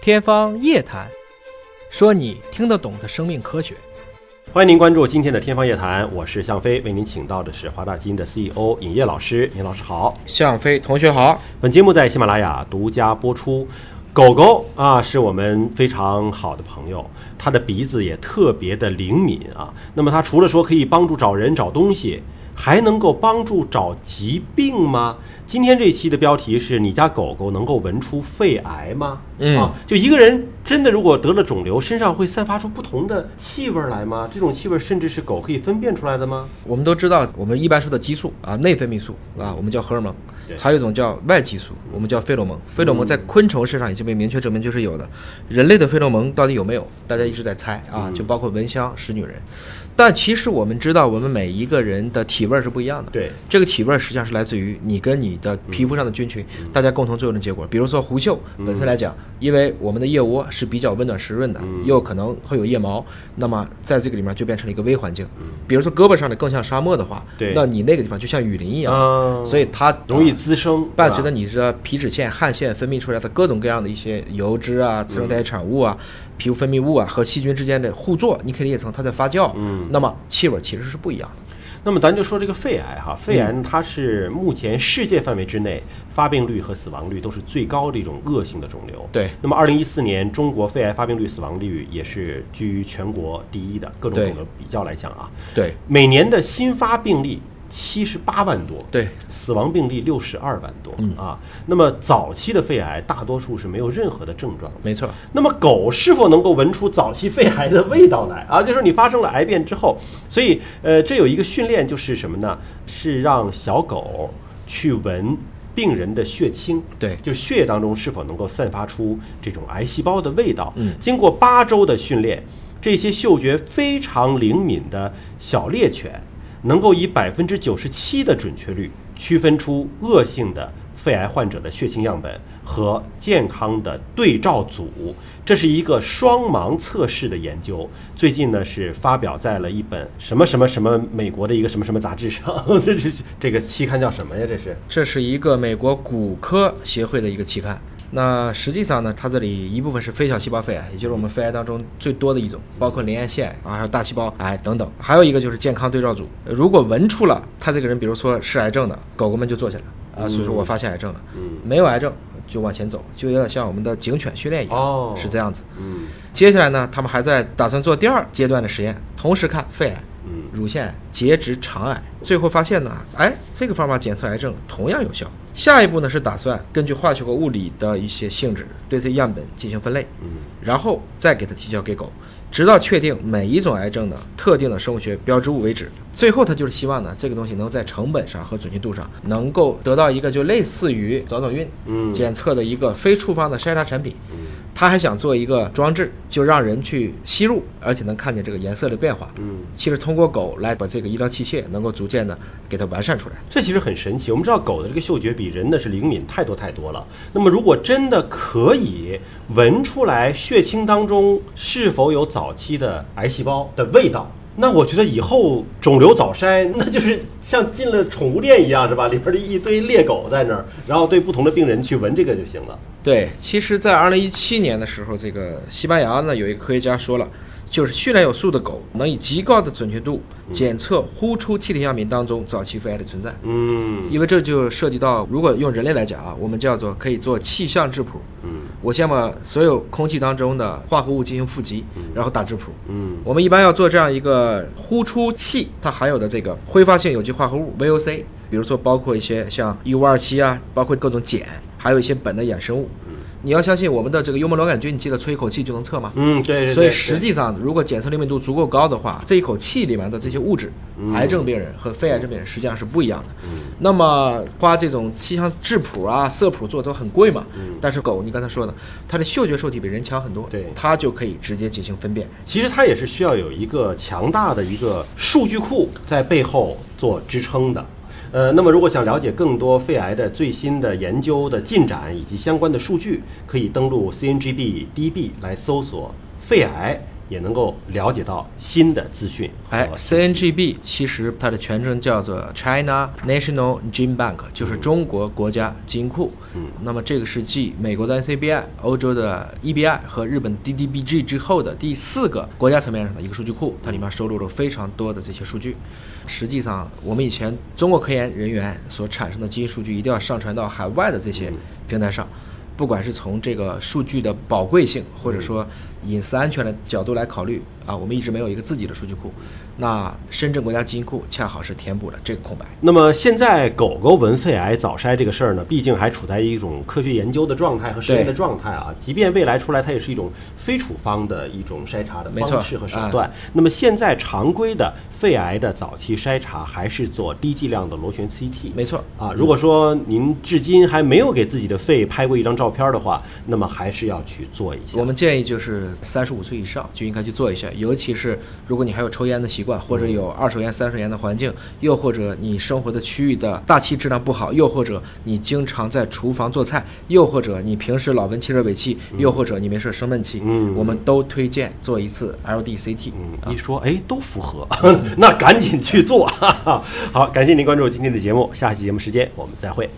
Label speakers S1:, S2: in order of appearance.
S1: 天方夜谭，说你听得懂的生命科学。
S2: 欢迎您关注今天的《天方夜谭》，我是向飞，为您请到的是华大基因的 CEO 尹烨老师。尹老师好，
S3: 向飞同学好。
S2: 本节目在喜马拉雅独家播出。狗狗啊，是我们非常好的朋友，它的鼻子也特别的灵敏啊。那么它除了说可以帮助找人找东西，还能够帮助找疾病吗？今天这一期的标题是你家狗狗能够闻出肺癌吗？
S3: 嗯
S2: 啊，就一个人真的如果得了肿瘤，身上会散发出不同的气味来吗？这种气味甚至是狗可以分辨出来的吗？
S3: 我们都知道，我们一般说的激素啊，内分泌素啊，我们叫荷尔蒙
S2: 对，
S3: 还有一种叫外激素，我们叫费洛蒙。费洛蒙在昆虫身上已经被明确证明就是有的。人类的费洛蒙到底有没有？大家一直在猜啊，就包括蚊香、使女人。但其实我们知道，我们每一个人的体味儿是不一样的。
S2: 对，
S3: 这个体味儿实际上是来自于你跟你的皮肤上的菌群，
S2: 嗯
S3: 大家共同作用的结果。比如说狐臭本身来讲，因为我们的腋窝是比较温暖湿润的，
S2: 嗯
S3: 也有可能会有腋毛，那么在这个里面就变成了一个微环境。比如说胳膊上的更像沙漠的话
S2: 嗯对，
S3: 那你那个地方就像雨林一样，
S2: 啊，
S3: 所以它
S2: 容易滋生，
S3: 伴随着
S2: 对吧
S3: 你的皮脂腺、汗腺分泌出来的各种各样的一些油脂啊、次生代谢产物
S2: 嗯
S3: 啊、皮肤分泌物啊和细菌之间的互作，你可以理解成它在发酵。
S2: 嗯，
S3: 那么气味其实是不一样的。
S2: 那么咱就说这个肺癌
S3: 嗯
S2: 哈，肺癌呢它是目前世界范围之内发病率和死亡率都是最高的一种恶性的肿瘤。
S3: 对
S2: 那么二零一四年中国肺癌发病率、死亡率也是居于全国第一的，各种
S3: 对
S2: 肿瘤比较来讲啊，
S3: 对
S2: 每年的新发病例七十八万多，
S3: 对，嗯
S2: 死亡病例六十二万多、啊。那么早期的肺癌大多数是没有任何的症状的。
S3: 没错。
S2: 那么狗是否能够闻出早期肺癌的味道来啊？就是你发生了癌变之后，所以呃，这有一个训练就是什么呢？是让小狗去闻病人的血清，
S3: 对
S2: 就是血液当中是否能够散发出这种癌细胞的味道。
S3: 嗯
S2: 经过八周的训练，这些嗅觉非常灵敏的小猎犬，能够以百分之九十七的准确率区分出恶性的肺癌患者的血清样本和健康的对照组。这是一个双盲测试的研究，最近呢是发表在了一本什么什么什么美国的一个什么什么杂志上。 这这这个期刊叫什么呀？这是
S3: 这是一个美国骨科协会的一个期刊。那实际上呢，它这里一部分是非小细胞肺癌，也就是我们肺癌当中最多的一种，包括鳞癌腺癌啊，还有大细胞癌等等。还有一个就是健康对照组，呃如果闻出了他这个人，比如说是癌症的，狗狗们就坐下来啊，所以说我发现癌症了。没有癌症就往前走，就有点像我们的警犬训练一样，
S2: 哦
S3: 是这样子。
S2: 嗯
S3: 接下来呢，他们还在打算做第二阶段的实验，同时看肺癌、
S2: 嗯
S3: 乳腺癌、结直肠癌。最后发现呢，哎，这个方法检测癌症同样有效。下一步呢是打算根据化学和物理的一些性质，对这样本进行分类，
S2: 嗯
S3: 然后再给它提交给狗，直到确定每一种癌症的特定的生物学标志物为止。最后，他就是希望呢，这个东西能在成本上和准确度上能够得到一个就类似于早早孕
S2: 嗯
S3: 检测的一个非处方的筛查产品。他还想做一个装置，就让人去吸入，而且能看见这个颜色的变化。
S2: 嗯。
S3: 其实通过狗来把这个医疗器械能够逐渐的给它完善出来。
S2: 这其实很神奇。我们知道狗的这个嗅觉比人的是灵敏太多太多了。那么，如果真的可以闻出来血清当中是否有早期的癌细胞的味道，那我觉得以后肿瘤早筛那就是像进了宠物店一样，是吧？里边儿的一堆猎狗在那儿，然后对不同的病人去闻这个就行了。
S3: 对，其实，在二零一七年的时候，这个西班牙呢有一个科学家说了，就是训练有素的狗能以极高的准确度检测呼出气体样品当中早期肺癌的存在。
S2: 嗯
S3: 因为这就涉及到，如果用人类来讲啊，我们叫做可以做气象质谱。
S2: 嗯
S3: 我先把所有空气当中的化合物进行富集，然后打质谱。
S2: 嗯
S3: 我们一般要做这样一个呼出气，它含有的这个挥发性有机化合物 VOC，比如说包括一些像 U 5 2 7啊，包括各种碱，还有一些苯的衍生物。你要相信我们的这个幽门螺杆菌，你记得吹一口气就能测吗？
S2: 嗯，对对对。
S3: 所以
S2: 对
S3: 实际上，如果检测灵敏度足够高的话，这一口气里面的这些物质，癌症病人和非癌症病人实际上是不一样的。
S2: 嗯
S3: 那么花这种气象质谱啊、色谱做都很贵嘛。但是狗，你刚才说的，它的嗅觉受体比人强很多，
S2: 嗯对
S3: 它就可以直接进行分辨。
S2: 其实它也是需要有一个强大的一个数据库在背后做支撑的。呃，那么如果想了解更多肺癌的最新的研究的进展以及相关的数据，可以登录 CNGB DB 来搜索“肺癌也能够了解到新的资讯和
S3: 哎
S2: 信息
S3: ，CNGB 其实它的全称叫做 China National Gene Bank，就是中国国家基因库。
S2: 嗯
S3: 那么这个是继美国的 NCBI、欧洲的 EBI 和日本的 DDBG 之后的第四个国家层面上的一个数据库，它里面收录了非常多的这些数据。实际上，我们以前中国科研人员所产生的基因数据一定要上传到海外的这
S2: 嗯
S3: 些平台上。不管是从这个数据的宝贵性，或
S2: 嗯
S3: 者说隐私安全的角度来考虑啊，我们一直没有一个自己的数据库。那深圳国家基因库恰好是填补了这个空白。
S2: 那么现在狗狗闻肺癌早筛这个事儿呢，毕竟还处在一种科学研究的状态和实验的状态啊。即便未来出来，它也是一种非处方的一种筛查的
S3: 没错
S2: 方式和手段。那么现在常规的肺癌的早期筛查还是做低剂量的螺旋 CT。
S3: 没错，
S2: 啊，如果说您至今还没有给自己的肺拍过一张照片的话，那么还是要去做一下
S3: 我。们建议就是三十五岁以上就应该去做一下，尤其是如果你还有抽烟的习惯，或
S2: 嗯
S3: 者有二手烟、三手烟的环境，又或者你生活的区域的大气质量不好，又或者你经常在厨房做菜，又或者你平时老闻气热尾气，又或者你没事生闷气，
S2: 嗯
S3: 我们都推荐做一次 LDCT。
S2: 嗯，一说哎都符合， 那赶紧去做。哈哈。好，感谢您关注今天的节目，下期节目时间我们再会。